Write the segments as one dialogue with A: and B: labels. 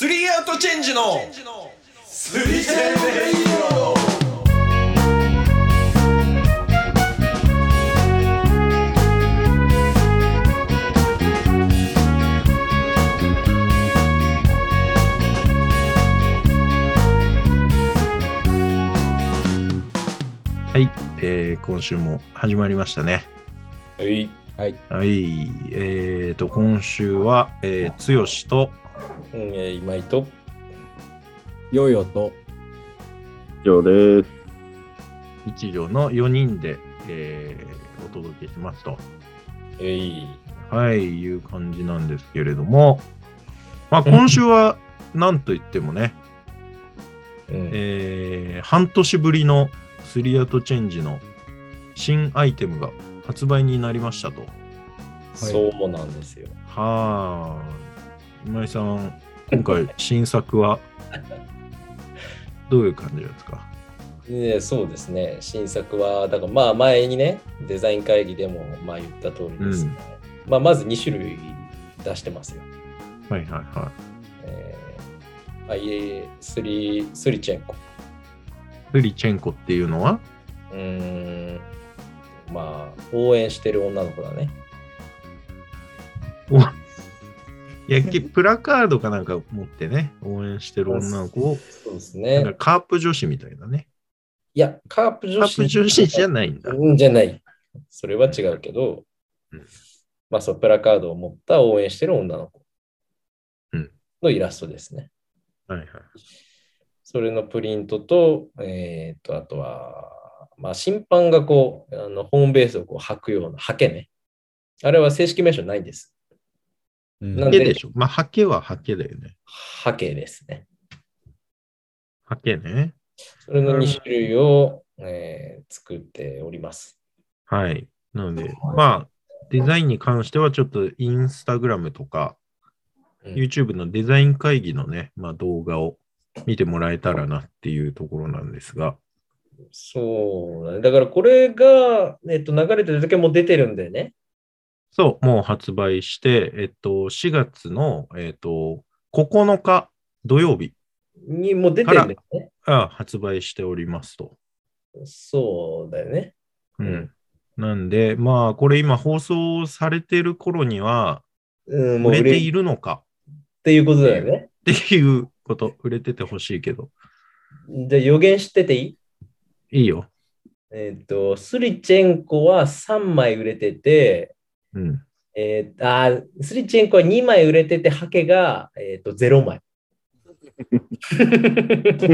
A: ントチェンジの
B: 推薦レイディオ
C: はい、えー今週も始まりましたね。
B: はい
D: はい。
C: はい、えーと、今週は、えー、剛と、
B: 運営今井と
D: ヨーヨーと、
E: 以上です。
C: 一条の4人で、えーお届けしますと、
B: えい
C: はい、いう感じなんですけれども、まあ、今週は、なんといってもね、
B: うん
C: えー半年ぶりのスリアトチェンジの新アイテムが発売になりましたと。
B: そうなんですよ
C: はーい。今井さん、今回、新作は、どういう感じなんですか
B: でそうですね新作はだからまあ前にねデザイン会議でもまあ言った通りですね、まあまず2種類出してますよ、
C: はいはいはい。
B: えー、IA スリスリチェンコ
C: スリチェンコっていうのは
B: うーんまあ応援してる女の子だね
C: 野球プラカードかなんか持ってね、応援してる女の子を、
B: そうです
C: な
B: ね
C: んかカープ女子みたいなね。
B: いやカープ
C: カ
B: 女子
C: ープ女子じゃないんだ。
B: うんじゃない。それは違うけど、
C: うん
B: まあそう、プラカードを持った応援してる女の子
C: うん
B: のイラストですね。
C: はいはい。
B: それのプリントと、えー、と、あとは、まあ審判がこう、あのホームベースをこう履くようなハケね。あれは正式名称ないんです。な
C: ハ
B: んで
C: ケでしょ。まあ、ハケはハケだよね。
B: ハケですね。
C: ハケね。
B: それの2種類を、えー作っております。
C: はい。なので、まあ、デザインに関しては、ちょっとインスタグラムとか、
B: うん
C: YouTube のデザイン会議のね、まあ、動画を見てもらえたらなっていうところなんですが、
B: そうだね。だからこれが、えっと、流れてる時はもう出てるんだよね。
C: そう、もう発売して、えっと、4月の、えっと、9日土曜日
B: にもう出てるんだよね。
C: あ発売しておりますと。
B: そうだよね。
C: うん
B: うん
C: なんで、まあ、これ今放送されてる頃には、
B: うん、もう
C: 売れ
B: 売れ
C: て
B: てい
C: い
B: る
C: るのか
B: っていうことだよね。
C: っていうこと、売れててほしいけど、
B: じゃあ予言してていい
C: いいよ。
B: えっ、と、スリチェンコは3枚売れてて、
C: うん。
B: えーあースリチェンコは2枚売れてて、ハケが、えっと0枚。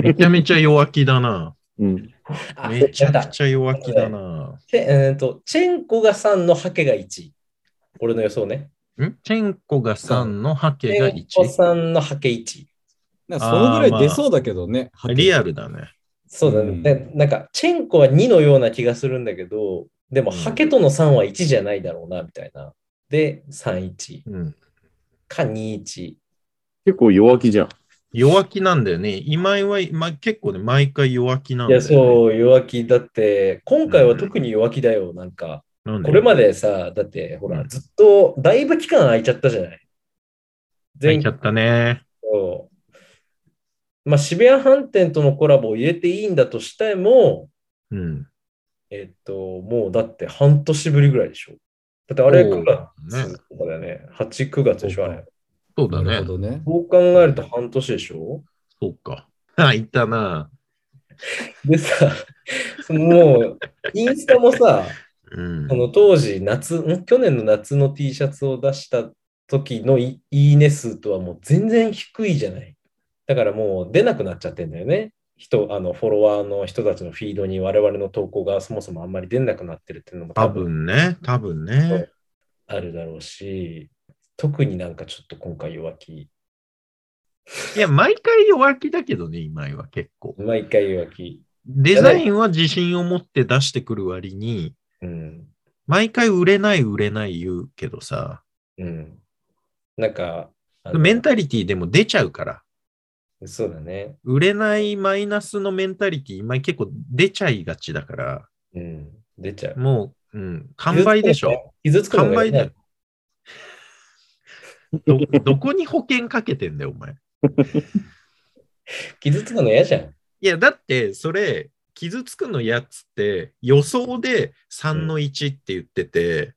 C: めちゃめちゃ弱気だな。
E: うん。
B: あ
C: めちゃ
B: やっ
C: く
B: た
C: ちゃ弱気だな。
B: チェえーとチェンコが3のハケが1。俺の予想ね。
C: んチェンコが3のハ
B: チ
C: ケが
B: ェンコ
C: 1?
B: さんのハケ1。
D: なんかそのぐらい出そうだけどね。はっきり
C: リアルだね。
B: そうだね、
D: うん
B: でなんか、チェンコは2のような気がするんだけど、でも、
C: うん
B: ハケとの3は1じゃないだろうな、みたいな。で、31
C: うん。
B: か21。
E: 結構弱気じゃん。
C: 弱気なんだよね。今井は、ま、結構ね、毎回弱気なん
B: い
C: だよ、
B: や、
C: ね。
B: そう、弱気。だって、今回は特に弱気だよ。なんか、
C: う。なんで
B: これまでさ、だって、ほ
C: う
B: ら、
C: ん
B: ずっと、だいぶ期間空いちゃったじゃない。
C: 泣い
B: 前
C: ちゃ
B: 回
C: ったね。
B: と、まあ、渋谷飯店とのコラボを入れていいんだとしても、
C: うん。
B: えっと、もうだって半年ぶりぐらいでしょ。だってあれ
C: そう
B: 9月
C: ね
B: とかだよね。8、9月でしょ、あれ。
C: そうだ
D: なる
C: ね
D: ほ。どね。
B: そう考えると半年でしょ
C: そうか。あ、いたな。
B: でさ、 そのもう、インスタもさ、
C: うん
B: そ。の当時夏、ん去年の夏の T シャツを出した時のいいいね数とはもう全然低いじゃない。だからもう出なくなっちゃってんだよね。人、あの、フォロワーの人たちのフィードに我々の投稿がそもそもあんまり出なくなってるっていうのも
C: 多分ね。多分ね。
B: あるだろうし、特になんかちょっと今回弱気。
C: いや、毎回弱気だけどね、今井は結構。
B: 毎回弱気。
C: デザインは自信を持って出してくる割に、
B: うん。
C: 毎回売れない、売れない言うけどさ、
B: うん。なんか、あの
C: メンタリティでも出ちゃうから。
B: そうだね。
C: 売れないマイナスのメンタリティ、今結構出ちゃいがちだから、
B: うん。出ちゃう。
C: もう、うん、完売でしょ。
B: 傷つくの
C: 完
B: が
C: 売
B: 嫌だ
C: だよ。どどこに保険かけてんだよ、お前。
B: 傷つくの嫌じゃん。
C: いや、だって、それ、傷つくのやつって、予想で3の1って言ってて、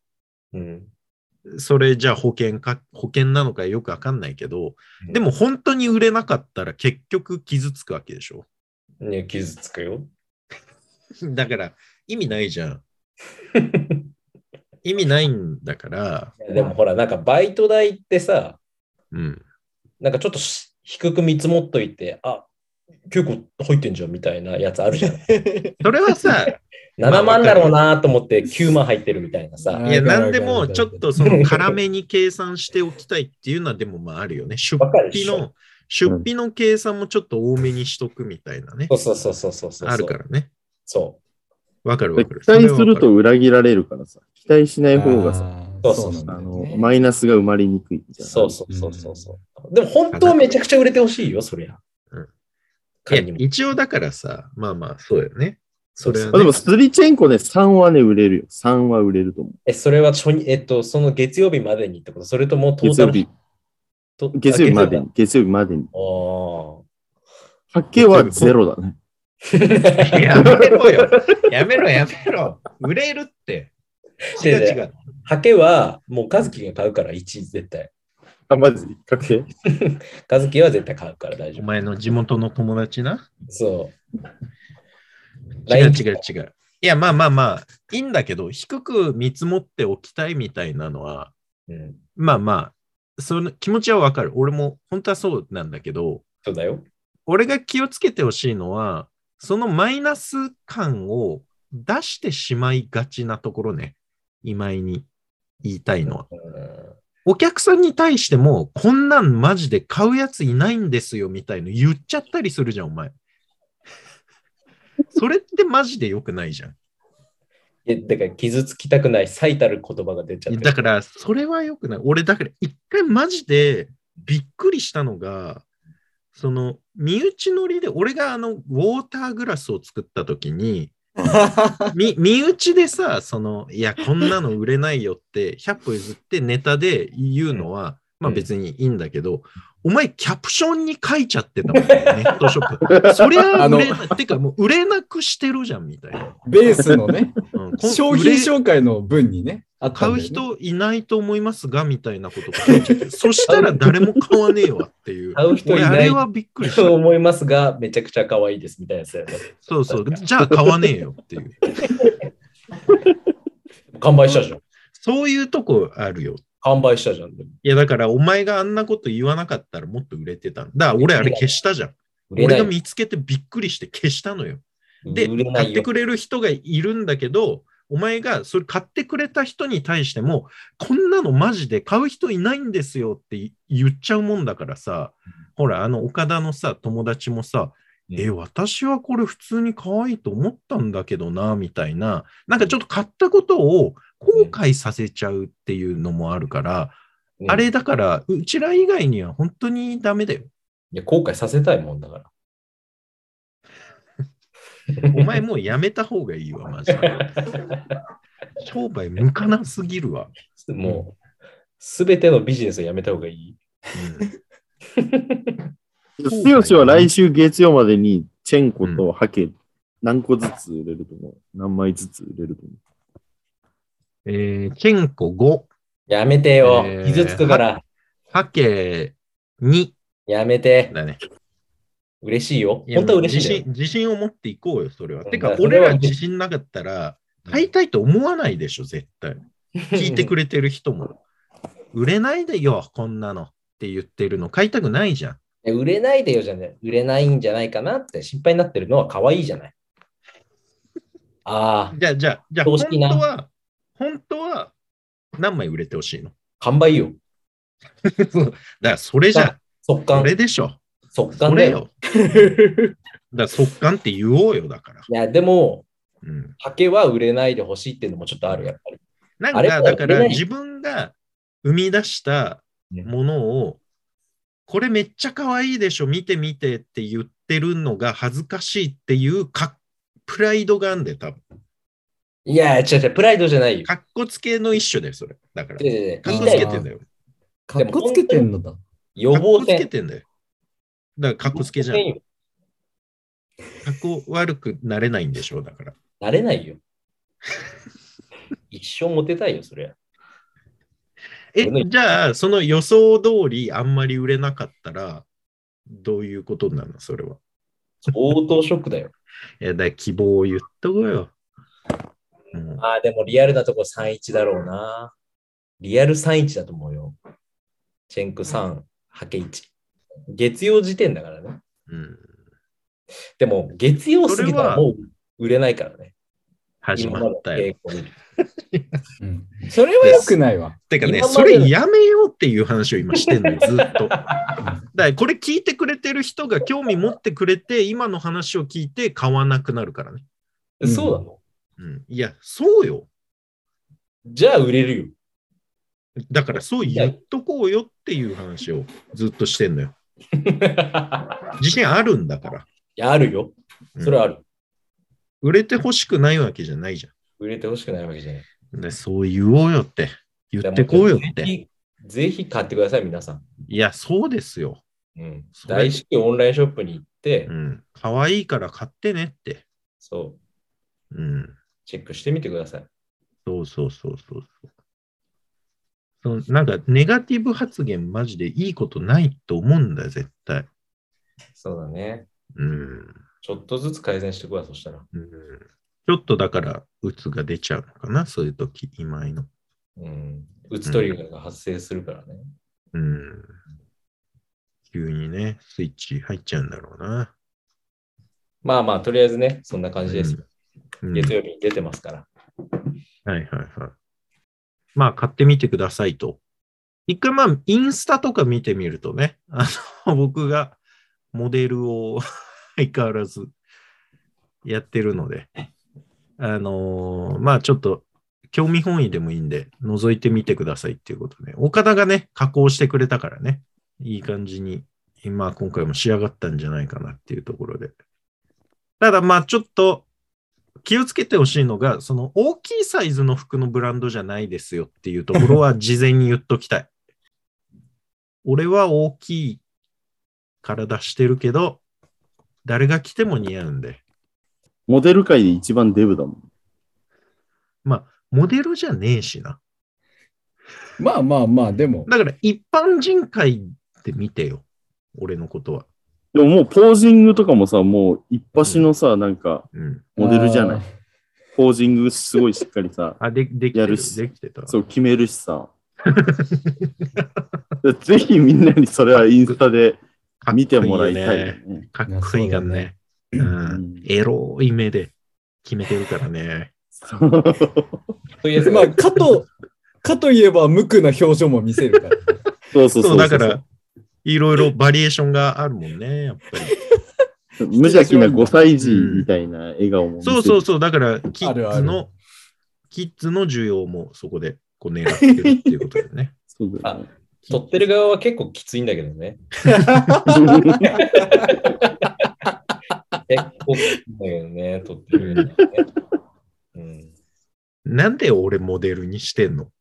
B: うん。
C: それじゃあ保険か、保険なのかよくわかんないけど、
B: うん
C: でも本当に売れなかったら結局傷つくわけでしょ。
B: ね、傷つくよ。
C: だから、意味ないじゃん。意味ないんだから、
B: いやでもほら、なんかバイト代ってさ、
C: うん。
B: なんかちょっとし低く見積もっといて、あ結構入ってんじゃんみたいなやつある じゃん。
C: それはさ、まあ
B: 7万だろうなと思って9万入ってるみたいなさ。
C: いや、
D: わかる
C: なんで
D: わか
C: も、
D: る
C: ちょっとその、辛めに計算しておきたいっていうのは、でもまああるよね。出
B: わかるで
C: 費
B: しょ
C: の、出費の計算もちょっと多めにしとくみたいなね
B: そ。うそうそうそうそうそう。
C: あるからね。
B: そ
C: わかるわ
E: 期
C: かる。
E: 待する
C: それはわか
E: と裏切られるからさ、期待しない方がさ、
D: あ
B: そ
D: ー
B: うそうそう
D: そう
E: あ
D: なんだよ
E: の
D: ね、
E: マイナスが生まれにくいみた
B: う。
E: いな。
B: そうそうそうそうそう。でも本当はめちゃくちゃ売れてほしいよ、そりゃ。
C: うん
B: 彼
C: る
B: にも
C: いや一応だからさ、まあまあ、そうよね。それは
E: あで
C: ね
E: も、。スリチェンコね、3はね、売れるよ。3は売れると思う。
B: え、それは初に、えっと、その月曜日までにってことそれともトー
E: 月
B: タ
E: 曜
B: ル
E: 日、
B: と
E: 月曜日まで
B: あ
E: に、月曜日までに。
B: 曜
E: 発見はゼロだね。
B: 日だああ。
C: やめろよ。やめろ、やめろ。売れるって。違う
B: 違う違う
C: 違う。
B: ハケは、もうカズキが買うから1、絶対。
E: あ、まず、確定
B: カズキは絶対買うから大丈
C: お
B: 夫。
C: 前の地元の友達な。
B: そう。
C: 違う
B: LINE
C: 違う違う。いや、まあまあまあ、いいんだけど、低く見積もっておきたいみたいなのは、
B: うん、
C: まあまあ、その気持ちはわかる。俺も本当はそうなんだけど、
B: そうだよ。
C: 俺が気をつけてほしいのは、そのマイナス感を出してしまいがちなところね。今井に言いたいのは。
B: うん
C: お客さんに対しても、こんなんマジで買うやついないんですよみたいの言っちゃったりするじゃん、お前。それってマジで良くないじゃん。
B: いやだから傷つきたくない最たる言葉が出ちゃってる
C: だから、それは良くない。俺、だから、一回マジでびっくりしたのが、その、身内乗りで、俺があの、ウォーターグラスを作った時に、み身内でさ、その、いや、こんなの売れないよって、100歩譲ってネタで言うのは、まあ別にいいんだけど、お前、キャプションに書いちゃってたもん、ね、ネットショップ。そりゃ売れない。てか、もう売れなくしてるじゃん、みたいな。
D: ベースのね、
C: うんこん
D: 商
C: 売れ
D: 品紹介の分にね、あった
C: 買
D: ん
C: う
D: だよね
C: 人いないと思いますがみたいなこと書いちゃって そしたら誰も買わねえわっていう。
B: 買う人いない
C: 俺あれはびっくりし
B: と
C: た。
B: 思いますが、めちゃくちゃ可愛いですみたいなやつだよね。
C: そうそう。じゃあ買わねえよっていう。
B: 完売したじゃん。
C: そういうとこあるよ。
B: 完売したじゃん。
C: いやだからお前があんなこと言わなかったらもっと売れてたの。だから俺あれ消したじゃん。
B: 売れな
C: 俺が
B: い。
C: 見つけてびっくりして消したのよ。で、
B: 売れな
C: 買っ
B: い
C: て
B: よ。
C: くれる人がいるんだけど、お前がそれ買ってくれた人に対しても、こんなのマジで買う人いないんですよって言っちゃうもんだからさ、ほら、あの岡田のさ、友達もさ、
B: うん
C: え、私はこれ普通に可愛いと思ったんだけどな、みたいな、なんかちょっと買ったことを後悔させちゃうっていうのもあるから、
B: うん
C: あれだから、うちら以外には本当にダメだよ。
B: いや後悔させたいもんだから。
C: お前もうやめた方がいいわ、 マジで。商売向かなすぎるわ。
B: もう、すべてのビジネスをやめた方がいい。
E: 剛は来週月曜までに、チェンコとハケ、何個ずつ売れると思う何枚ずつ売れると思う
C: えー、チェンコ5、
B: やめてよ
C: え。ー
B: 傷つくから。
C: ハケ2
B: やめて。
C: だね。
B: 嬉しいよ。本当は嬉しいんだ
C: 自信。
B: よ。
C: 自信を持っていこうよ、それは。
B: うん
C: てか、
B: だからそれ
C: 俺
B: は
C: ら自信なかったら、買いたいと思わないでしょ、絶対。聞いてくれてる人 も。売れないでよ、こんなのって言ってるの、買いたくないじゃん。
B: え売れないでよじゃね売れないんじゃないかなって心配になってるのは可愛いじゃ ない。ああ、
C: じゃあ、じゃあ、じゃあ、
B: 常
C: 本
B: 識な
C: 当は、本当は、何枚売れてほしいの
B: 完売よ。
C: そうだから、それじゃ、
B: 速
C: そ
B: 乾。
C: れでしょ。
B: 速
C: そ
B: 乾だ
C: れ
B: よ。
C: よ。だから、速乾って言おうよ、だから。
B: いや、でも、
C: うん
B: ハケは売れないでほしいっていうのもちょっとある、やっぱり。
C: なん
B: あれ
C: か、
B: も
C: だか
B: 売れな
C: ら
B: い
C: 自分が生み出したものを、これめっちゃ可愛いでしょ、見て見てって言ってるのが恥ずかしいっていうかプライドがあんで、多分。
B: いや、違う違う、プライドじゃないよ。
C: かっこつけの一種だよ、それ。だから。
B: 違う
C: か
B: 違う違う
C: っこつけ
B: 言いたい
C: てんだよ。
D: かっこつけてんのだ。
B: 予
C: かっこ
B: 防
C: つけ
B: 線。
C: てんだよ。だから、かっこつけじゃん。
B: 全員よ
C: かっこ悪くなれないんでしょう、だから。
B: なれないよ。一生モテたいよ、そりゃ。
C: え、じゃあ、その予想通りあんまり売れなかったら、どういうことなのそれは。
B: 相当ショックだよ。
C: いや、だから希望を言っとこうよ。うん
B: ああ、でもリアルなとこ31だろうな。リアル31だと思うよ。チェンク3、ハケ1。月曜時点だからね。
C: うん、
B: でも、月曜過ぎたらもう売れないからね。
C: 始まったよ。
B: 今までの傾向
D: うん。
B: にそれは
D: 良
B: よく
D: くないわ。
C: てかね、
B: 今
C: そ
B: までの
C: れやめようっていう話を今して んのよ、ずっと。だからこれ聞いてくれてる人が興味持ってくれて、今の話を聞いて買わなくなるからね。
D: うん
B: そうなの
C: うん、いや、そうよ。
B: じゃあ売れるよ。
C: だからそう言っとこうよっていう話をずっとしてんのよ。自信あるんだから。
B: い や、あるよ。
C: うん
B: それはある。
C: 売れてほしくないわけじゃないじ
B: 売れてほしくないわけじゃない。
C: ゃん。でそう言おうよって。言ってこうよっ
B: ぜ
C: て。
B: ひぜひ買ってください、皆さん。
C: いや、そうですよ。
B: うん
C: そ、れ
B: 大至急オンラインショップに行って、
C: うん。可愛いから買ってねって。
B: そう、
C: うん。
B: チェックしてみてください。
C: そうそうそうそうそう。そのなんか、ネガティブ発言マジでいいことないと思うんだよ、絶対。
B: そうだね。
C: うん。
B: ちょっとずつ改善してください、そしたら。
C: うん、ちょっとだから、鬱が出ちゃうのかな、そういう時、今井の。
B: うん。うつトリガーが発生するからね。
C: うん。急にね、スイッチ入っちゃうんだろうな。
B: まあまあ、とりあえずね、そんな感じです。
C: うん
B: 月曜日に出てますから。
C: はいはいはい。まあ、買ってみてくださいと。一回まあ、インスタとか見てみるとね、あの、 僕がモデルを 相変わらずやってるので、あのーまあちょっと興味本位でもいいんで、覗いてみてくださいっていうことで、岡田がね、加工してくれたからね、いい感じに、まあ今回も仕上がったんじゃないかなっていうところで。ただまあちょっと、気をつけてほしいのが、その大きいサイズの服のブランドじゃないですよっていうところは事前に言っときたい。 俺は大きい体してるけど、誰が着ても似合うんで。
E: モデル界で一番デブだもん。
C: まあ、モデルじゃねえしな。
D: まあまあまあ、でも、
C: だから一般人会で見てよ。俺のことは。
E: でももうポージングとかもさ、もう一発のさ、なんか
C: うん。
E: モデルじゃない
D: あー。
E: ポージングすごいしっかりさ、
C: あ、で、できて
E: や
C: る。
E: るし
C: できてた。
E: そう決めるしさ。 ぜひみんなにそれはインスタで見てもらいたいよね。
C: かっこいいよね。かっこいいがね。うん。エロい目で決めてるからね。
B: とりあえず、
D: まあ、かと、かといえば無垢な表情も見せるから。
E: そうそ
C: そ、
E: うそうう。
C: だから、いろいろバリエーションがあるもんね、やっぱり。
E: 無邪気な5歳児みたいな笑顔も見せる
C: そうそうそう、だから、キッ
D: あ
C: ズの、
D: るある
C: キッズの需要もそこでこう狙ってるっていうことだよね。
E: そうだよね
B: 撮ってる側は結構きついんだけどね。結構きついんだけどね、撮ってる側はね。うん。
C: なんで俺モデルにしてんの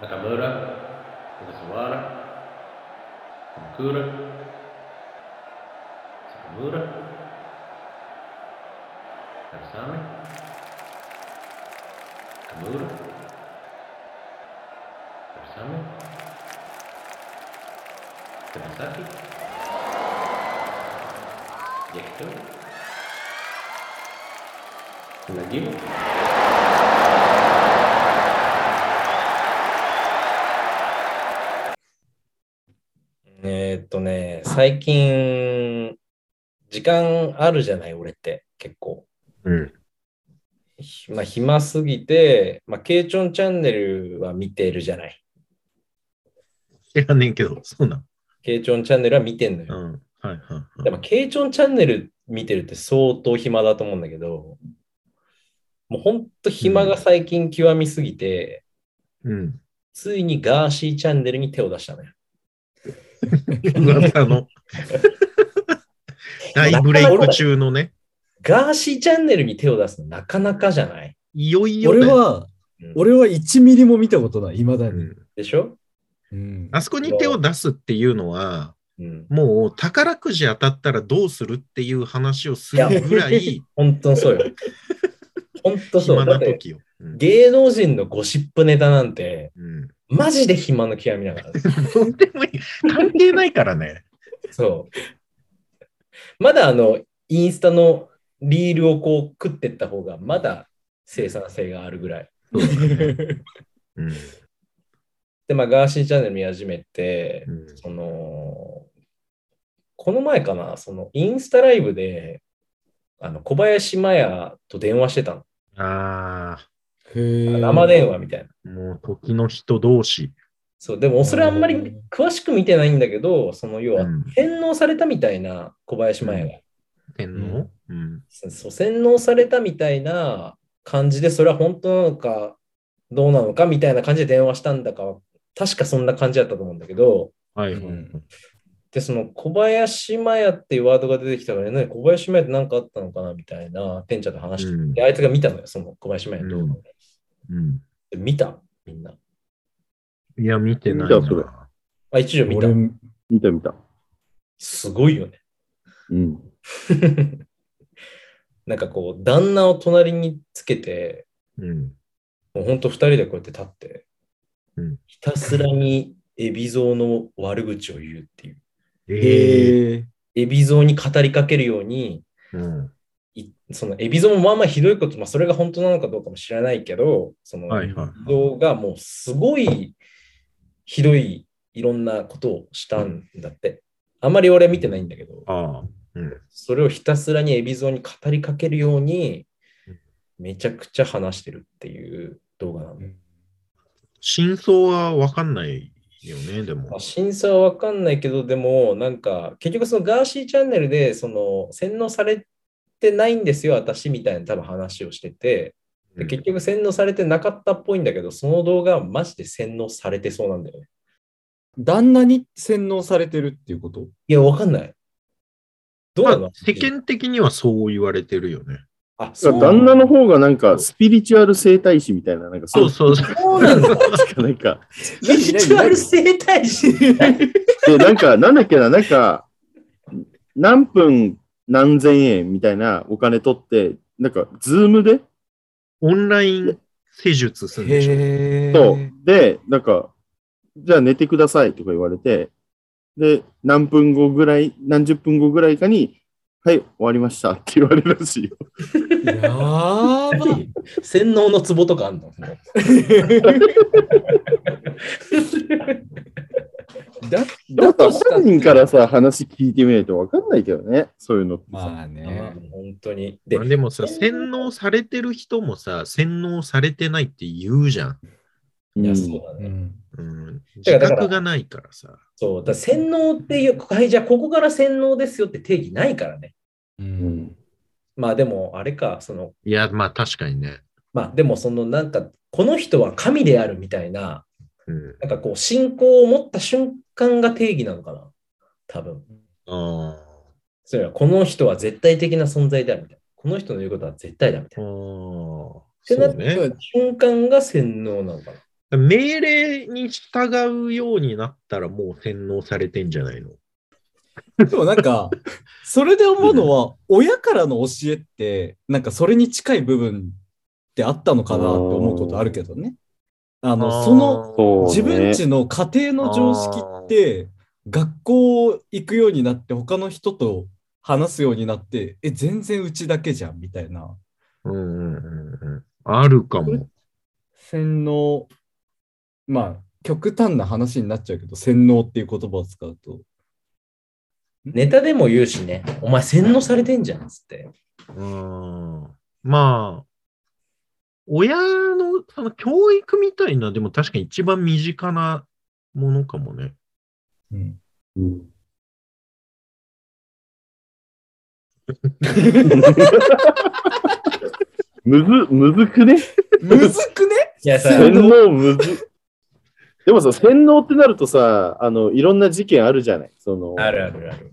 A: 中村、小笠原、鎌倉、坂村、春雨、鎌倉、春雨、手羽先、焼き鳥、うなぎも。
B: えーっとね、最近、時間あるじゃない、俺って、結構。
C: うん。
B: ひまあ、暇すぎて、まあ、ケイチョンチャンネルは見てるじゃない。
C: 知らねえけど、そうな
B: ケイチョンチャンネルは見てんのよ。
C: の。うん。はいはい、
B: で
C: は
B: も、ケイチョンチャンネル見てるって相当暇だと思うんだけど、もうほんと暇が最近極みすぎて、
C: い。うん。
B: ついにガーシーチャンネルに手を出したのよ。
C: 噂 の。大ブレイク中のね、
B: ガーシーチャンネルに手を出すのなかなかじゃない、
C: いよいよ だ
D: 俺
C: よ、
D: は、
B: うん
D: 俺は1ミリも見たことない、いまだ
C: う
D: に。
C: ん、
B: でしょ
D: うん
C: あそこに手を出すっていうのは、
B: うん。
C: もう宝くじ当たったらどうするっていう話をするぐらい、
B: 本 当そうよ。本当そう。
C: 暇
B: だ
C: な
B: って
C: 時よ。うん
B: 芸能人のゴシップネタなんて、
C: うん、
B: マジで暇の極みだから。
C: どうでもいい。関係ないからね。
B: そう。まだあの、インスタのリールをこう食ってった方が、まだ生産性があるぐらい。
C: そうだねうん
B: で、まあ、ガーシーチャンネル見始めて
C: う、ん
B: その、この前かな、その、インスタライブで、あの、小林麻也と電話してたの。
C: ああ、
B: 生電話みたいな。
C: もう時の人同士。
B: そう、でもそれはあんまり
D: うん
B: 詳しく見てないんだけど、その要は
C: うん
B: 洗脳されたみたいな小林麻也が、
C: 天皇、うん
B: そう洗脳されたみたいな感じで、それは本当なのかどうなのかみたいな感じで電話したんだかは、確かそんな感じだったと思うんだけど、
C: は
D: う
C: い。
D: ん
B: で、その小林麻也っていうワードが出てきたからね、小林麻也って何かあったのかなみたいな、店長と話してて、
C: うん
B: であいつが見たのよ、その小林麻也の動画をね
C: うん
B: で見た、みんな。
C: いや、見てない
E: 見たそれ
C: な。
B: あ、一条見た
D: 俺。も
E: 見た見た。
B: すごいよね。
E: うん。
B: なんかこう、旦那を隣につけて、
C: うん。
B: もうほんと二人でこうやって立って、
C: うん
B: ひたすらに海老蔵の悪口を言うっていう。
C: ええ
D: へえ。
B: 海老蔵に語りかけるように、
C: うん
B: いその海老蔵もまあまあひどいこと、まあそれが本当なのかどうかも知らないけど、その
C: はい
B: 海
C: はい。
B: 老蔵がもうすごいひどいいろんなことをしたんだって。あんまり俺は見てないんだけど。
C: ああ。
B: それをひたすらに海老蔵に語りかけるように
C: うん、
B: めちゃくちゃ話してるっていう動画なの。
C: 真相はわかんないよね、で
B: ま
C: も
B: あ。審査はわかんないけど、でも、なんか、結局そのガーシーチャンネルで、その、洗脳されてないんですよ、私みたいな多分話をしてて、で結局洗脳されてなかったっぽいんだけど、その動画はマジで洗脳されてそうなんだよね。
D: 旦那に洗脳されてるっていうこと
B: いや、わかんない。どう
C: ま
B: な
C: あ
B: の、
C: 世間的にはそう言われてるよね。
B: あ、そうな
E: 旦那の方がなん
C: そ
E: か
C: う
E: スピリチュアル生態師みたいな、なんか
C: そうそうそう。
B: そうな んだ。
E: 確かなんか、
B: ビジュアル生態師。
E: で、なんか、なんだっけな、なんか、何分何千円みたいなお金取って、なんか、ズームで、
C: オンライン施術するんでしょ。
D: へえ。
E: そう。で、なんか、じゃあ寝てくださいとか言われて、で、何分後ぐらい、何十分後ぐらいかに、はい、終わりましたって言われるらしい よ。
D: やーば。
B: 洗脳のツボとかあんの
D: だ
E: だと本人からさ、話聞いてみないと分かんないけどね、そういうのってさ。
D: まあ
B: まあ
D: ね。
B: 本当に。で
C: まあ、でもさ、洗脳されてる人もさ、洗脳されてないって言うじゃん。
E: うん
B: いや、そうだね。
D: うん
C: うん、
B: て
C: 自
B: かだから
C: 覚がないからさ。
B: そう。だから洗脳っていう、はい、じゃあここから洗脳ですよって定義ないからね。
D: う。
E: うんん
B: まあでも、あれか、その、
C: いや、まあ確かにね。
B: まあでもそのなんか、この人は神であるみたいな、
C: うん、
B: なんかこう、信仰を持った瞬間が定義なのかな。多分。
C: ああ。
B: それは、この人は絶対的な存在だみたいな。この人の言うことは絶対だみた
C: ああ
B: いな。
C: そう
B: ってなっ
C: ね。
B: 瞬間が洗脳なのかな。
C: 命令に従うようになったらもう洗脳されてんじゃないの
D: でもなんか、それで思うのは、親からの教えって、なんかそれに近い部分ってあったのかなって思うことあるけどね。あの、その、
E: そうね
D: 自分ちの家庭の常識って、学校行くようになって、他の人と話すようになって、え、全然うちだけじゃんみたいな。
C: うんうんうんうん。あるかも。
D: 洗脳、まあ、極端な話になっちゃうけど、洗脳っていう言葉を使うと。
B: ネタでも言うしね、お前洗脳されてんじゃんっつって。
C: うん。まあ、親のその教育みたいな、でも確かに一番身近なものかもね。
D: うん、
E: うん むず、むずくね
D: むずくね
B: いやさ、
E: 洗脳む ず。でもさ、洗脳ってなるとさ、あの、いろんな事件あるじゃないその、
B: あるあるある。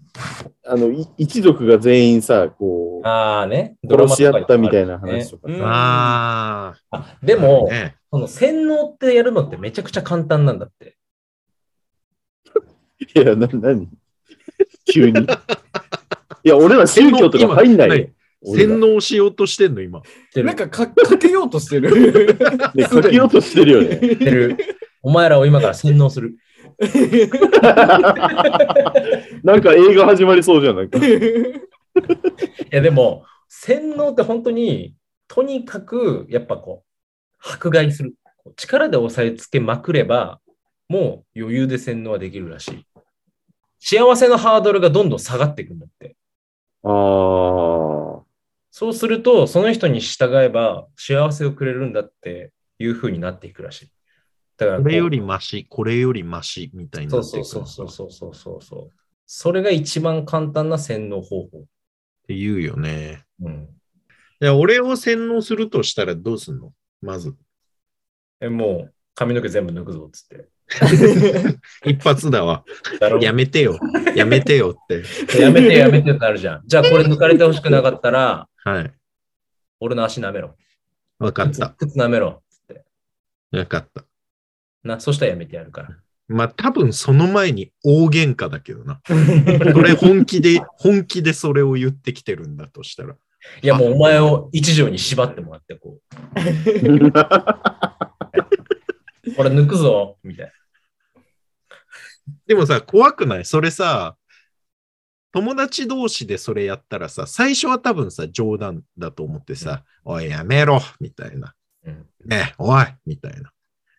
E: あの、い一族が全員さ、こう、
B: ああね。
E: 殺し合ったみたいな話と
D: う
E: かさ。
D: ん
C: ああ。
B: でも、
C: ね、
B: その洗脳ってやるのってめちゃくちゃ簡単なんだって。
E: いや、な、なに 急に。いや、俺ら宗教とか入んないよ。俺ら
C: 洗脳しようとしてんの、今。
B: て
D: なん
B: る
D: かか、かけようとしてる。
E: ね、かけようとしてるよね。
B: て る。お前らを今から洗脳する。
E: なんか映画始まりそうじゃんないか。
B: いや、でも、洗脳って本当に、とにかく、やっぱこう、迫害する。こう力で押さえつけまくれば、もう余裕で洗脳はできるらしい。幸せのハードルがどんどん下がっていくんだって。
E: あ
B: そうすると、その人に従えば幸せをくれるんだっていう風になっていくらしい。だからこ
C: こ
B: う
C: れよりマシ、これよりマシ、みたいに
B: そ
C: な
B: う
C: ってく
B: そう
C: る。
B: そうそうそうそうそうそう。それが一番簡単な洗脳方法。
C: って言うよね。
B: うん。
C: いや、俺を洗脳するとしたらどうすんのまず。
B: え、もう髪の毛全部抜くぞっ つって。
C: 一発だ わ。
B: だろ
C: やめてよ。やめてよって。
B: やめてやめてってなるじゃん。じゃあこれ抜かれてほしくなかったら、
C: はい。
B: 俺の足舐めろ。
C: わかった。
B: 靴舐めろ。
C: わかった。
B: な、そしたらやめてやるから。
C: まあ、多分その前に大喧嘩だけどな。それ本気で、本気でそれを言ってきてるんだとしたら。
B: いやもうお前を一条に縛ってもらって、こ
E: あ。
B: う。俺抜くぞみたいな。
C: でもさ、怖くないそれさ、友達同士でそれやったらさ、最初は多分さ、冗談だと思ってさ、おい、やめろみたいな。
B: うん
C: ねえ、おいみたいな。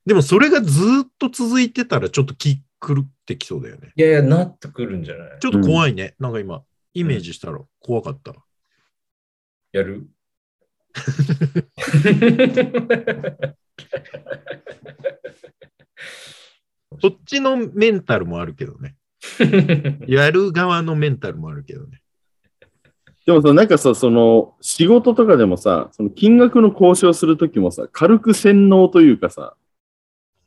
C: でもそれがずーっと続いてたら、ちょっと気狂ってきそうだよね。
B: いやいや、なってくるんじゃない
C: ちょっと怖いね。なんか今、イメージしたら怖かった。
B: やる
C: そっちのメンタルもあるけどね。やる側のメンタルもあるけどね。
E: でもさ、なんかさ、その、仕事とかでもさ、その金額の交渉するときもさ、軽く洗脳というかさ、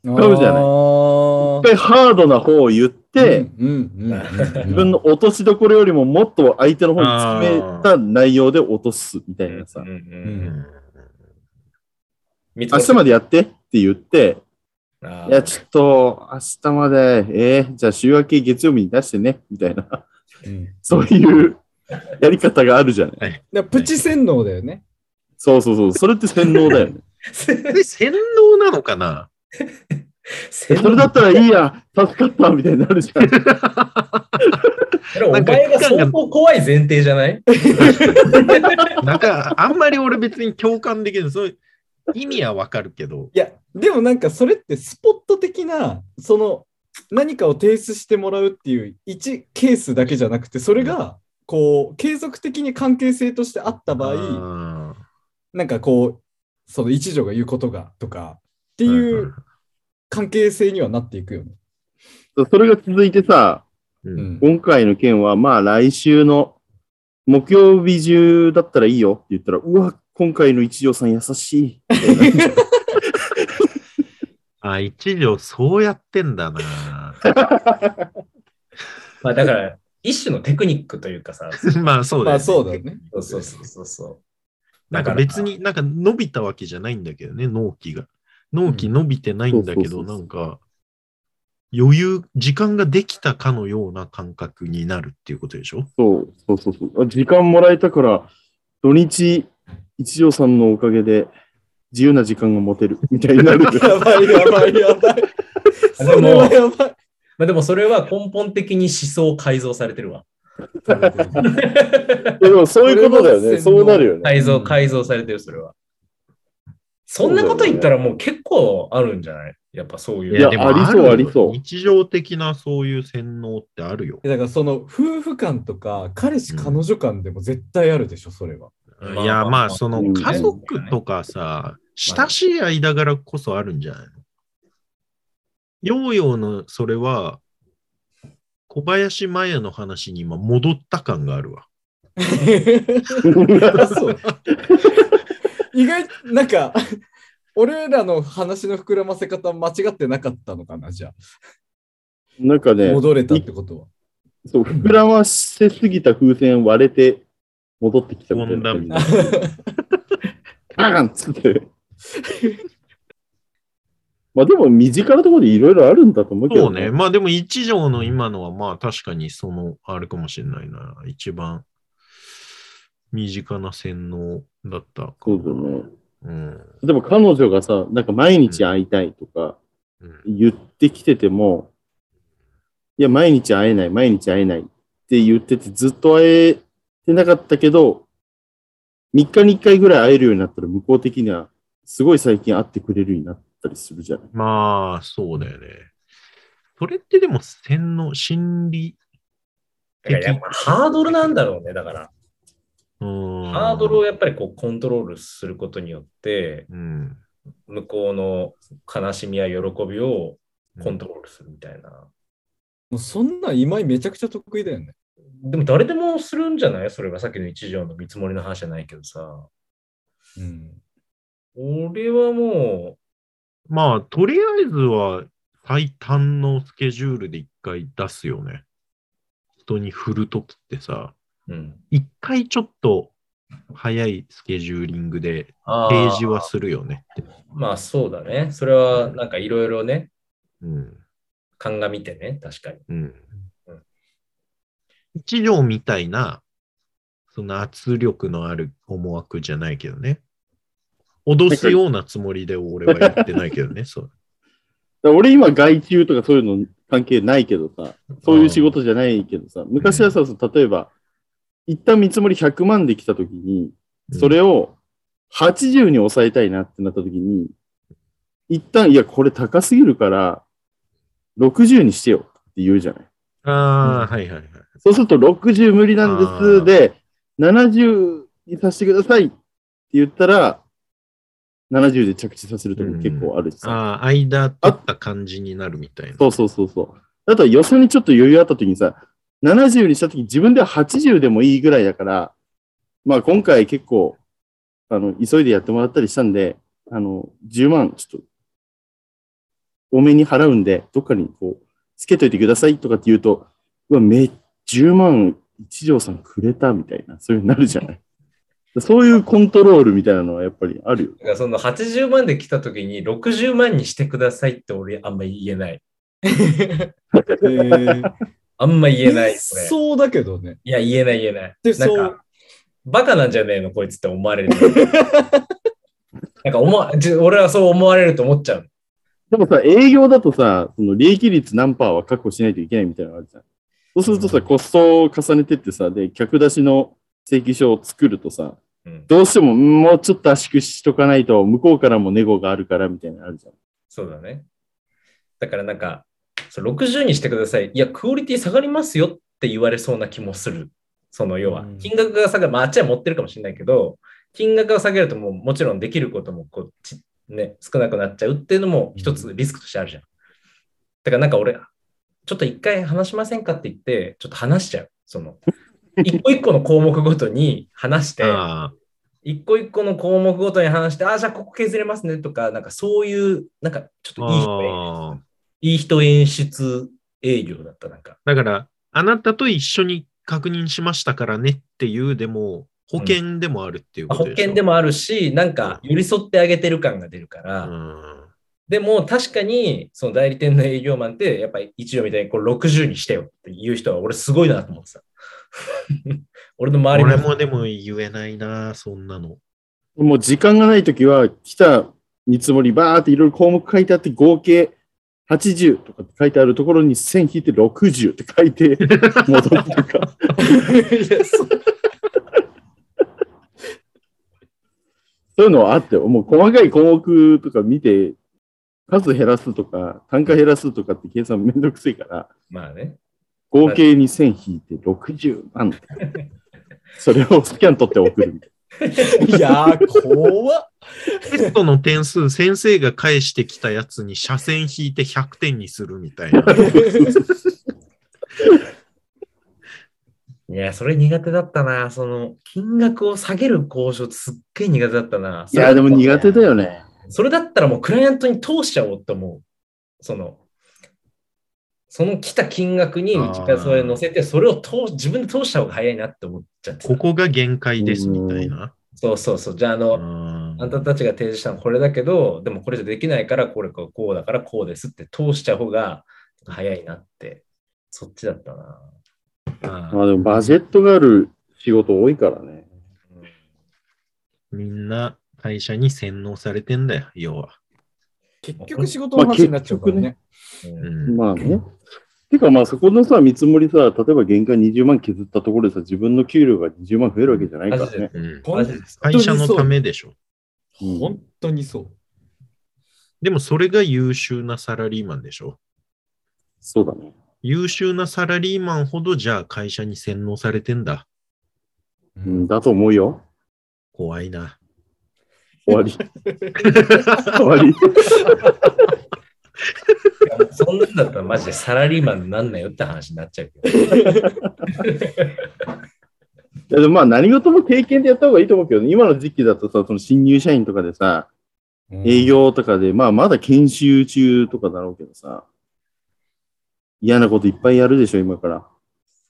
E: 買うじゃない
D: あ
E: 一回ハードな方を言って、
D: うんうんうん
E: 自分の落としどころよりももっと相手の方に詰めた内容で落とすみたいなさ
B: うん、う
D: う
B: ん
D: ん
B: 見つ
E: 明
B: かっ
E: 日までやってって言って、
B: あー
E: いや、ちょっと明日まで、えー、じゃあ週明け月曜日に出してね、みたいな、
D: うん
E: そういうやり方があるじゃな
D: だ
E: い。
D: からプチ洗脳だよね。
E: そうそうそう、それって洗脳だ よね。
C: で、洗脳なのかな
B: そ
E: それだったらいいや、助かった、みたいになるじゃん。
B: お前が相当怖い前提じゃ ない
C: なんか、あんまり俺別に共感できる。そういう意味はわかるけど。
D: いや、でもなんかそれってスポット的な、その何かを提出してもらうっていう一ケースだけじゃなくて、それがこう継続的に関係性としてあった場合、
C: あ
D: なんかこう、その一条が言うことがとかって
C: ー
D: い。う関係性にはなっていくよね。
E: それが続いてさ、
C: うん
D: うん
E: 今回の件は、まあ来週の木曜日中だったらいいよって言ったら、うわ、今回の一条さん優しい。
C: あ、一条そうやってんだな。
B: まあだから、一種のテクニックというかさ、そ
C: まあそうだ
D: まあ
C: よね
D: そうだよね。
B: うそうそうそうそう。
C: なんか別になんか伸びたわけじゃないんだけどね、納期が。納期伸びてないんだけど、
E: うん
C: なんか余裕、時間ができたかのような感覚になるっていうことでしょ
E: そうそうそうそうあ。時間もらえたから、土日、一条さんのおかげで自由な時間が持てるみたいになる。
D: やばいやばいや ばい。そ
B: でも
D: れはやばい。
B: まあでもそれは根本的に思想改造されてるわ。
E: でもそういうことだよ
D: それも洗
E: ね。
D: 脳
E: そうなるよね。
B: 改造、改造されてる、それは。そんなこと言ったらもう結構あるんじゃないやっぱそういう。
E: いやありそう
C: るよ
E: ありそう
C: 日常的なそういう洗脳ってあるよ。
D: だからその夫婦間とか彼氏彼女間でも絶対あるでしょ、それは。
B: まあ
C: いや、
B: ま
C: ま
B: あ
C: あその
E: うん
C: 家族とかさ、親しい間柄こそあるんじゃないのヨーヨーのそれは、小林麻也の話に今戻った感があるわ。
D: そう。意外、なんか、俺らの話の膨らませ方間違ってなかったのかな、じゃあ。
E: なんかね、
D: 戻れたってことは。
E: そう膨らませすぎた風船割れて戻ってきたみたいな感 じ。バーンっつって。まあでも身近なところでいろいろあるんだと思うけ
C: そ
E: ど
C: うね。まあでも一条の今のはまあ確かにその、あれかもしれないな。一番身近な洗脳だったか
E: そうだね。
C: うん。
E: 例えば彼女がさ、なんか毎日会いたいとか
C: うん
E: 言ってきてても、いや、毎日会えない、毎日会えないって言ってて、ずっと会えてなかったけど、3日に1回ぐらい会えるようになったら、向こう的には、すごい最近会ってくれるようになったりするじゃない。
C: まあ、そうだよね。それってでも洗脳、心理
B: だからやっぱハードルなんだろうね。だから、ハ
C: ハ
B: ードルをやっぱりこうコントロールすることによって、
C: うん。
B: 向こうの悲しみや喜びをコントロールするみたいな。
D: もうそんなん今井めちゃくちゃ得意だよね。
B: でも誰でもするんじゃないそれがさっきの一条の見積もりの話じゃないけどさ。
D: うん。
B: 俺はも
C: まあ、とりあえずは最短のスケジュールで一回出すよね。人に振るときってさ、
B: う、うん。
C: 一回ちょっと早いスケジューリングで
B: あ
C: 提示はするよねって。
B: まあそうだね。それはなんかいろいろね、
C: うん。
B: 鑑みてね、確かに。
C: うん
B: うん。
C: 一条みたいな、その圧力のある思惑じゃないけどね。脅すようなつもりで俺はやってないけどね。 そう
E: だから俺今、外注とかそういうの関係ないけどさ、そういう仕事じゃないけどさ、昔はさ、例えば、一旦見積もり100万で来たときに、それを80に抑えたいなってなったときに、一旦、いや、これ高すぎるから、60にしてよって言うじゃない。
C: ああ、はいはいはい。
E: そうすると、60無理なん
C: あ
E: です
C: ー
E: で、70にさせてくださいって言ったら、70で着地させるとき結構あるしさ。
C: ああ、間取った感じになるみたいな。
E: そうそうそうそう。あとは予算にちょっと余裕あった時にさ、70にした時自分では80でもいいぐらいだから、まあ今回結構、あの、急いでやってもらったりしたんで、あの、10万ちょっと、多めに払うんで、どっかにこう、つけといてくださいとかって言うと、うわ、め、10万一条さんくれたみたいな、そういうになるじゃない。そういうコントロールみたいなのはやっぱりあるよ。
B: だからその80万で来た時に60万にしてくださいって俺あんま言えない。
D: えー、
B: あんま言えない。それ
D: そうだけどね。
B: いや、言えない言えない。
D: で
B: なん
D: そう
B: か、バカなんじゃねえの、こいつって思わ れる。なんか思わじ俺はそう思われると思っちゃう。
E: でもさ、営業だとさ、その利益率何パーは確保しないといけないみたいなのあるじゃん。そうするとさ、コストを重ねてってさ、で、客出しの請求書を作るとさ、
B: うん、
E: どうしても、んもうちょっと圧縮しとかないと、向こうからもネゴがあるからみたいなのあるじゃん。
B: そうだね。だからなんか、そう60にしてください。いや、クオリティ下がりますよって言われそうな気もする。その要は
D: う、ん
B: 金額が下がる、まあ、あっちは持ってるかもしれないけど、金額が下げるともう、もちろんできることもこうち、ね、少なくなっちゃうっていうのも一つリスクとしてあるじゃん。だからなんか俺、ちょっと一回話しませんかって言って、ちょっと話しちゃう。その、一個一個の項目ごとに話 して、
C: ああ、
B: 一個一個の項目ごとに話して、ああ、じゃあここ削れますねとか、なんかそういう、なんかちょっといい人
C: ああ
B: いい人演出営業だった、なんか。
C: だから、あなたと一緒に確認しましたからねっていう、でも、保険でもあるっていうこ
B: 保
C: とでしょ、
B: 険でもあるし、なんか寄り添ってあげてる感が出るから、
C: うん。
B: でも確かに、その代理店の営業マンって、やっぱり一応みたいにこれ60にしてよっていう人は俺すごいなと思ってた。 俺の周り
C: 俺もでも言えないな、そんなの。
E: もう時間がないときは、来た見積もりバーっていろいろ項目書いてあって、合計80とかって書いてあるところに線引いて60って書いて戻るとか。
D: いやそう
E: そういうのはあって、もう細かい項目とか見て、数減らすとか、単価減らすとかって計算めんどくせえから、
B: まあね。
E: 合計に1000引いて60万。それをスキャン取って送るみたい
D: いやー、怖っ。
C: テストの点数、先生が返してきたやつに斜線引いて100点にするみ たいな。
B: いや、それ苦手だったな。その、金額を下げる交渉すっげえ苦手だったな。
E: な。いや、でも苦手だよね。
B: それだったらもうクライアントに通しちゃおうと思う。その、その来た金額にうちからそれ乗せて、それを通自分で通した方が早いなって思っちゃってた
C: ここが限界ですみたいな。
B: そうそうそう。じゃあ、あの、
C: うんうん
B: あんたたちが提示したのこれだけど、でもこれじゃできないから、これこうこうだからこうですって通しちゃう方が早いなって、そっちだったな。あ
E: まあでもバジェットがある仕事多いからね。
C: みんな会社に洗脳されてんだよ、要は。
D: 結局仕事の話になっちゃうから
E: まあ
D: ね。
B: うん
C: うん
E: まあね。てかまあそこのさ、見積もりさ、例えば原価20万削ったところでさ、自分の給料が20万増えるわけじゃないから
B: マジで
E: ね。
C: うん
D: 本
B: マジです
C: 会社のためでしょ。
E: うん
D: 本当にそう。
C: でもそれが優秀なサラリーマンでしょ。
E: そうだね。
C: 優秀なサラリーマンほどじゃあ会社に洗脳されてんだ。
E: う
D: うん
E: ん、だと思うよ。
C: 怖いな。
E: 終わり。終わり。
B: そんなんだったらマジでサラリーマンになんなよって話になっちゃうけど。
E: いやでもまあ何事も経験でやった方がいいと思うけど、ね、今の時期だとさ、その新入社員とかでさ、営業とかで、まあまだ研修中とかだろうけどさ、嫌なこといっぱいやるでしょ、今から。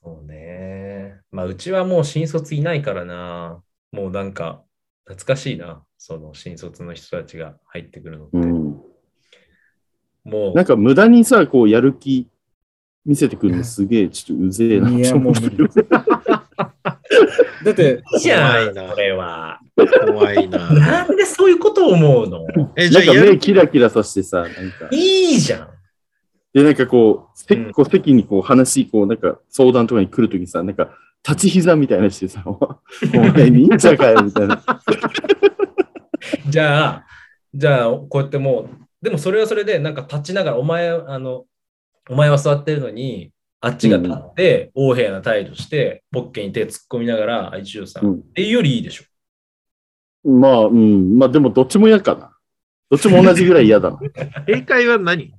B: そうね。まあ、うちはもう新卒いないからな。もうなんか、懐かしいな。その新卒の人たちが入ってくるのって。
E: うん。
B: も
E: なんか無駄にさ、こうやる気見せてくるのすげえ、ちょっとうぜ えなって思ってる。
D: だって、
B: う、いいじゃ
C: 怖い
B: ん、
C: な
B: これは。
C: 怖い な。
B: なんでそういうこと思うの
C: え、じ
E: な
C: ゃあ
E: んか
C: やる
E: 目キラキラさせてさ、なんか。
B: いいじゃん。
E: で、なんかこう、せ
B: うん
E: こう席にこう話、こうなんか相談とかに来るときさ、なんか立ち膝みたいな してさ、お前忍者かよ、みたいな。
B: じゃあ、じゃあ、こうやってもう、でもそれはそれで、なんか立ちながら、お前、あの、お前は座ってるのに、あっちが立って、横柄な態度して、ポッケに手突っ込みながら、あ一応さん、
E: うん
B: っていうよりいいでしょ。
E: まあ、うん。まあ、でも、どっちも嫌かな。どっちも同じぐらい嫌 だな。
C: 正解は何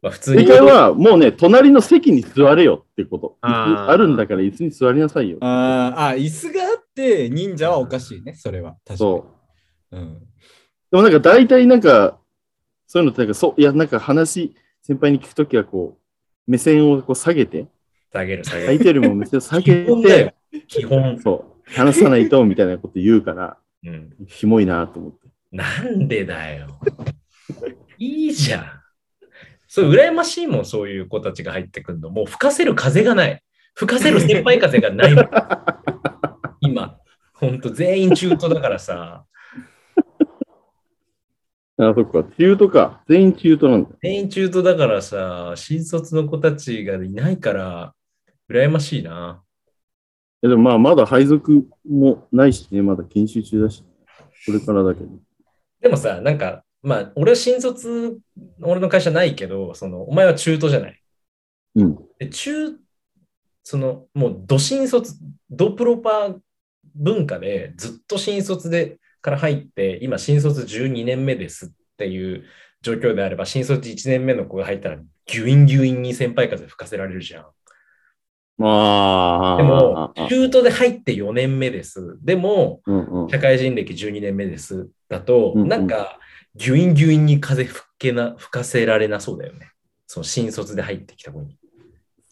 B: まあ、普通に。
E: 正解は、もうね、隣の席に座れよってこと。
C: あ
E: あ
C: ー
E: あるんだから椅子に座りなさいよ。
D: あーあ、椅子があって忍者はおかしいね、それは。確かに。
E: そう。
D: うん。
E: でもなんか、大体なんか、そういうのってなんか、そう、いや、なんか話、先輩に聞くときは、こう、目線をこう下げて、
B: 下げる、下げ
E: 相
B: る。
E: 手よりも目線を下 げ
B: 基本だ
E: て
B: よ、。基本。
E: そう、話さないと、みたいなこと言うから、
B: うん。
E: ひもいなと思って。
B: なんでだよ。いいじゃん。そう、羨ましいもん、そういう子たちが入ってくるの。もう吹かせる風がない。吹かせる先輩風がない もん。今。ほんと、全員中途だからさ。
E: あ、そっか。中途か。全員中途なんだ。
B: 全員中途だからさ、新卒の子たちがいないから、羨ましいな。
E: えでもまあ、まだ配属もないしね、まだ研修中だし、これからだけど。
B: でもさ、なんか、まあ、俺は新卒、俺の会社ないけど、その、お前は中途じゃない。
E: うん。
B: で中、その、もう、ど新卒、ドプロパ文化で、ずっと新卒で、から入って、今、新卒12年目ですっていう状況であれば、新卒1年目の子が入ったら、ギュインギュインに先輩風吹かせられるじゃん。
E: ああ。
B: でも、中途で入って4年目です。でも、
E: うんうん、
B: 社会人歴12年目です。だと、
E: うんうん
B: なんか、ギュインギュインに風吹けな、吹かせられなそうだよね。その新卒で入ってきた子に。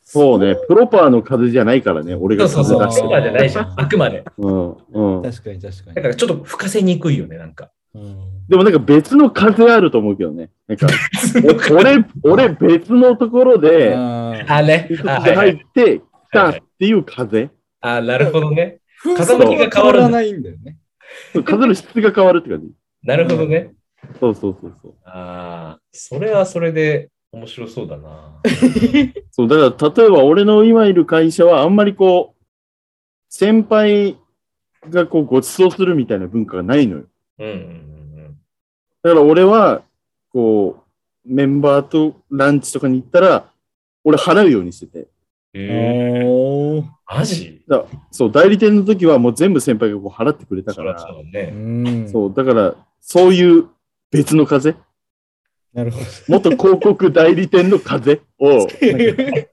E: そうね、プロパーの風じゃないからね、俺
B: そう
E: が
B: そう
E: 風
B: そう、
E: 出
B: セ
E: して
B: ン
E: る
B: ターじゃ ないじゃん。あくまで。
E: うんうん。
D: 確かに確かに
B: だ。からちょっと吹かせにくいよね、なんか。
D: うん
E: でもなんか別の風あると思うけどね。なんか、お 俺、俺別のところで、
D: あー
B: あね
E: で。
B: あ、はいはい、
E: 入ってきたっていう風。
B: あなるほどね。
D: 風
B: 風向きが変わる
D: 向きが変
B: んだ
D: らないんだよね。
E: 風の質が変わるって感じ。
B: なるほどね。
E: そうそうそうそう。
B: ああ、それはそれで面白そうだな。
E: そう、だから例えば俺の今いる会社はあんまりこう、先輩がこうご馳走するみたいな文化がないのよ。
B: うんうん
E: だから俺は、こう、メンバーとランチとかに行ったら、俺払うようにしてて。
B: うんうん。えー、
D: おー
B: マジ
E: そう、代理店の時はもう全部先輩がこう払ってくれた
B: そ
E: か
B: りゃ
E: ら。
B: そ
E: そう
B: だ
D: う
B: ね。
D: ん
E: うだから、そういう別の風、
D: なるほ
E: 元広告代理店の風を
D: ど。
E: 吹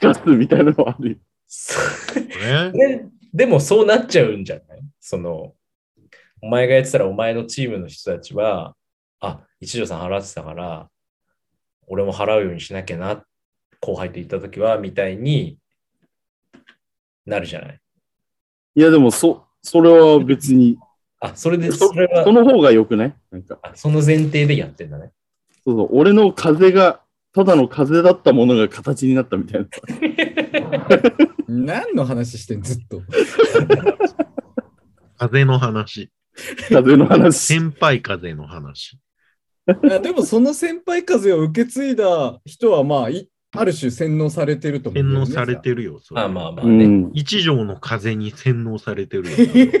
E: かすみたいなのはあるよ。
B: そ
C: ね
B: れでもそうなっちゃうんじゃないその、お前がやってたらお前のチームの人たちは、あ、一条さん払ってたから、俺も払うようにしなきゃな、後輩と行った時は、みたいになるじゃない
E: いや、でも、そ、それは別に
B: あ、それで、それ
E: そ
B: は、
E: の方が良くないなんか、
B: あその前提でやってんだね。
E: そうそう、俺の風が、ただの風だったものが形になったみたいな。
D: 何の話してんずっと。
C: 風の話。
E: 風の話。
C: 先輩風の話。
D: あでもその先輩風を受け継いだ人はまあいある種洗脳されてると思う
C: 洗
D: んだよ
C: 脳
D: ね、
C: されてるよ、それ
B: まあまあまあ
E: う
B: ね。
E: ん。
C: 一条の風に洗脳されてる よ。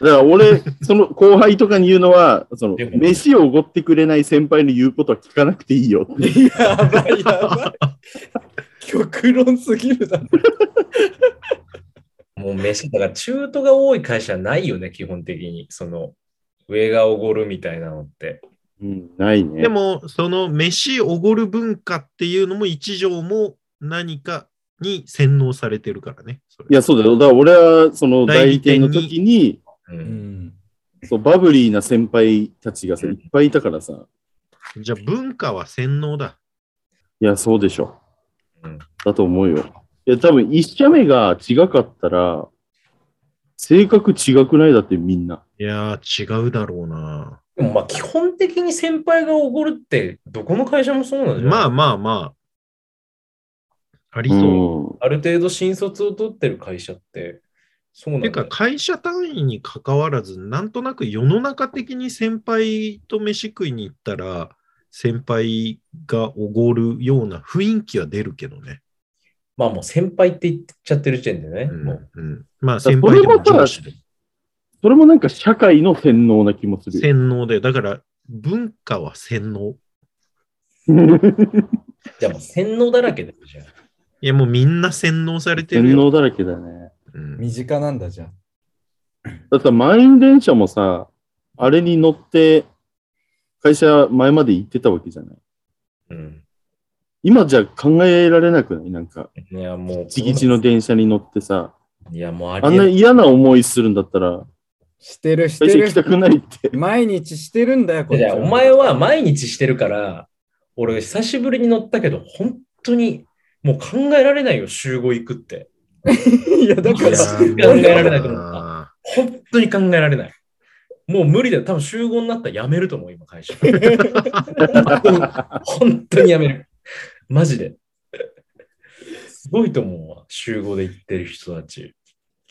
E: だから俺、その後輩とかに言うのは、その、
B: でも
E: 飯をおごってくれない先輩の言うことは聞かなくていいよって。
D: やばいやばい。極論すぎるだろ。
B: もう飯、だから中途が多い会社ないよね、基本的に。その、上がおごるみたいなのって。
E: うん、ないね。
C: でも、その飯おごる文化っていうのも一条も何かに洗脳されてるからね。それ
E: いや、そうだよ。だから俺は、その代理店の時に、
B: う。
D: うんん。
E: そう、バブリーな先輩たちがさ、いっぱいいたからさ、
C: じゃあ文化は洗脳だ。
E: いや、そうでしょ
B: うん。
E: だと思うよ。いや、多分、一社目が違かったら、性格違くないだってみんな。
C: いやー、違うだろうな。
B: でもまあ、基本的に先輩がおごるって、どこの会社もそうなんじゃない
C: まあまあまあ、ありそ
E: う
C: う。
E: ん。
B: ある程度新卒を取ってる会社って、そうなんだ
C: て
B: よ
C: か、会社単位に関わらず、なんとなく世の中的に先輩と飯食いに行ったら、先輩がおごるような雰囲気は出るけどね。
B: まあもう先輩って言っちゃってる時点でね。
C: うん
B: もう
C: うん、まあ
E: だから
C: 先輩でも
E: それも
C: 上
E: さ
C: 司で。
E: それもなんか社会の洗脳な気もするよ。
C: 洗脳で、だから文化は洗脳。
B: じゃあもう洗脳だらけだよ、じゃあ。
C: いやもうみんな洗脳されてる
E: 洗
C: よ。
E: 脳だらけだね。
C: うん
D: 身近なんだじゃん。
E: だって満員電車もさ、あれに乗って、会社前まで行ってたわけじゃない。
B: うん。
E: 今じゃ考えられなくないなんか、
B: いやもう、
E: ちぎちの電車に乗ってさ、
B: いやもうあ
E: あん
B: りえ
E: な
B: ない。
E: 嫌な思いするんだったら、
D: してるし
E: 会
D: て
E: 社行きたく
D: る。
E: ないって。
D: 毎日してるんだよ、こ
B: い
D: れ。
B: やお前は毎日してるから、俺久しぶりに乗ったけど、本当にもう考えられないよ、週5行くって。
D: いや、だか
C: いや
D: ら、
C: ー
B: 考えられないと思った
C: な
B: 本当に考えられない。もう無理だよ。多分週5になったら辞めると思う、今会社。本当にやめる。マジで。すごいと思うわ。集合で行ってる人たち。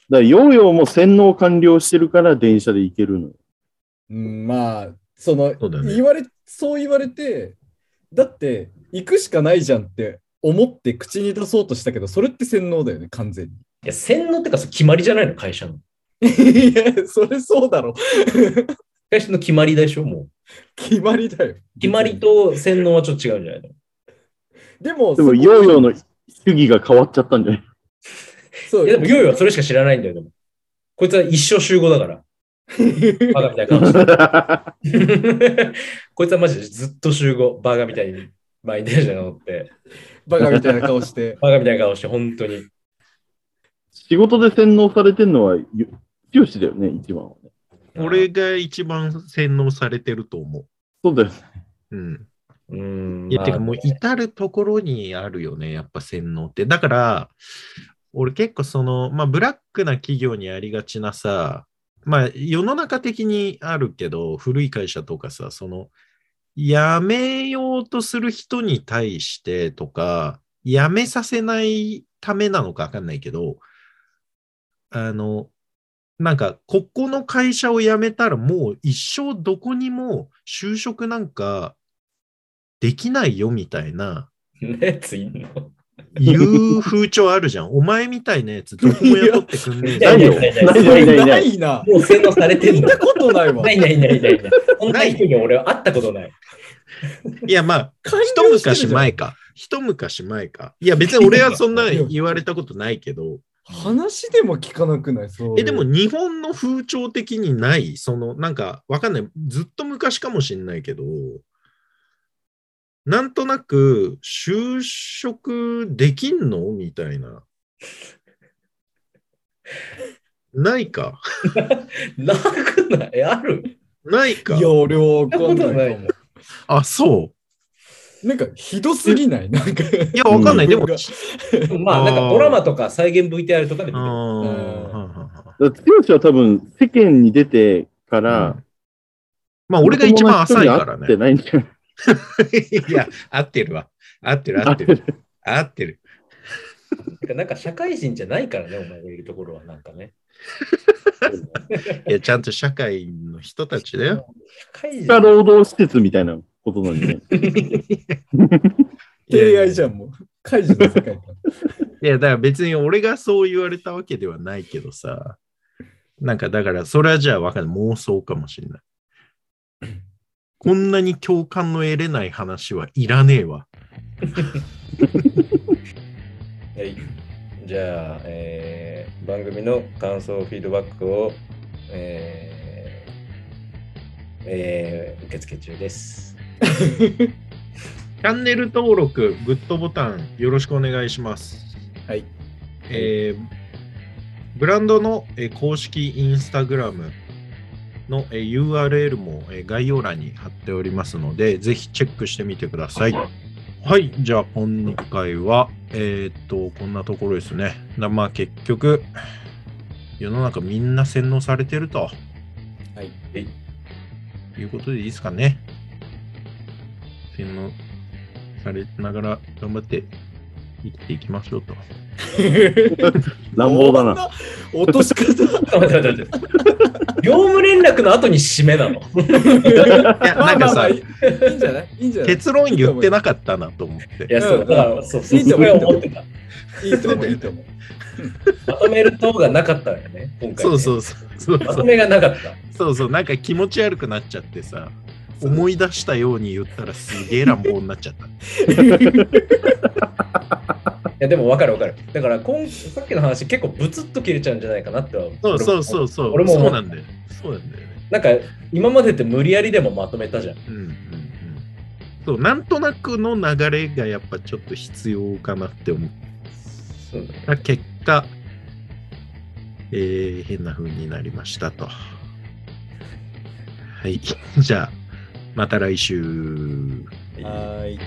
E: だからヨーヨーも洗脳完了してるから電車で行けるのよ。
D: うん、まあ、その、
C: そうだよね
D: 言われ、そう言われて、だって、行くしかないじゃんって思って口に出そうとしたけど、それって洗脳だよね、完全に。
B: いや、洗脳ってか、それ決まりじゃないの、会社の。
D: いや、それそうだろ。
B: 会社の決まりでしょ、もう。
D: 決まりだよ。
B: 決まりと洗脳はちょっと違うんじゃないの
D: でも、
E: でも
D: そこ
E: ヨーヨーの主義が変わっちゃったんじゃない
D: そう
B: いや、でも、ヨーヨーはそれしか知らないんだよ、でも。こいつは一生集合だから。バカみたいな顔してる。こいつはマジでずっと集合。バカみたいに。前に電車が乗って。
D: バカみたいな顔して。
B: バカみたいな顔して、本当に。
E: 仕事で洗脳されてるのは、強しだよね、一番はね。
C: 俺が一番洗脳されてると思
E: そうだよね。
C: う。うん。
B: うん。
C: いや、てか
B: まあ
C: もう至るところにあるよね、やっぱ洗脳って。だから、俺結構その、まあ、ブラックな企業にありがちなさ、まあ、世の中的にあるけど、古い会社とかさ、その、辞めようとする人に対してとか、辞めさせないためなのかわかんないけど、あの、なんか、ここの会社を辞めたらもう一生どこにも就職なんかできないよみたいな、
B: ね、ついの。
C: いう風潮あるじゃん。お前みたいなやつどこも雇ってくんねえ
B: い
C: じ
B: や
C: ゃん
B: い
E: 何
B: や
E: を
B: いやい
E: な
B: や
E: いないないな。
D: ないいな。
B: もう洗脳されてん
D: 見
B: の
D: た。ことないわ
B: な。いないないないない。こんな人に俺は会ったことない。
C: いや、まあ、
D: 完了して
C: 一
D: るじゃん
C: 昔前か。一昔前か。いや、別に俺はそんな言われたことないけど、
D: 話でも聞かなくないそういう
C: え、でも日本の風潮的にない、その、なんか、わかんない。ずっと昔かもしんないけど、なんとなく、就職できんのみたいな。ないか。
B: なくないある
C: ないか
D: い。や、俺はわかんないかも。
C: あ、そ
D: なんか、ひどすぎないなんか、
C: う。いや、わかんない。
D: うん
C: でも、
D: 文化
B: まあなんかドラマとか再現 VTR とか
C: あ
B: で見て
D: うん
C: ー
B: る
C: はんはんはん
E: だから強しは多分、世間に出て、から、
C: まあ、俺が一番浅いから
E: 友
C: ね
E: 達と。会ってないんだ よ。
C: いや、合ってるわ。合ってる、合ってる。合ってる。
B: てかなんか社会人じゃないからね、お前がいるところはなんかね。
C: いや、ちゃんと社会の人たち だよ。
B: 社会
E: 地
B: 人
E: 下労働施設みたいなことなん でね。
D: 敬愛じゃん、もう。怪獣の世界観。
C: いや、だから別に俺がそう言われたわけではないけどさ。なんかだから、それはじゃあわかんない。妄想かもしれない。こんなに共感の得れない話はいらねえわ。
B: はい。じゃあ、えー番組の感想、フィードバックを、えーえー受付中です。
C: チャンネル登録、グッドボタン、よろしくお願いします。
D: はい。
C: えーブランドの、えー公式インスタグラムの、えー URL も、えー概要欄に貼っておりますので、ぜひチェックしてみてください。はい、じゃあ今回は、えーっと、こんなところですね。なまあ結局、世の中みんな洗脳されてると
D: はい。
C: いうことでいいですかね。洗脳されながら頑張って生きていきましょうと。
E: 乱暴 だな。。
D: 落とし方。
B: ちょっと待って待って待って 業務連絡の後に締めなの。
C: いや、なんか
D: まあまあまあ
C: さ
D: い、いんじゃないいいんじゃない
C: 結論言ってなかったなと思っ
B: い
C: て。
B: や、そう、
D: うん
B: だからそう、そう、
D: いいと
B: そ
D: 思う
B: れは思ってた。
D: いいと思う、いいと思う。
B: まとめる等がなかったよね、今回、ね。
C: そうそうそうそう
B: ま
C: そ
B: と
C: う
B: めがなかった。
C: そうそうなんか気持ち悪くなっちゃってさ思い出したように言ったらすげえ乱暴になっちゃった。
B: いや、でも分かる分かる。だから今、さっきの話、結構ブツッと切れちゃうんじゃないかなっては。
C: そうそうそうそう。
B: 俺も
C: そうなんだよ。そうなんだよね。
B: なんか、今までって無理やりでもまとめたじゃん。
C: うんうんうん。そうなんとなくの流れがやっぱちょっと必要かなって思っ
B: そうだね
C: た結果、えー、変な風になりましたと。 はい。じゃあまた来週。
D: はーい。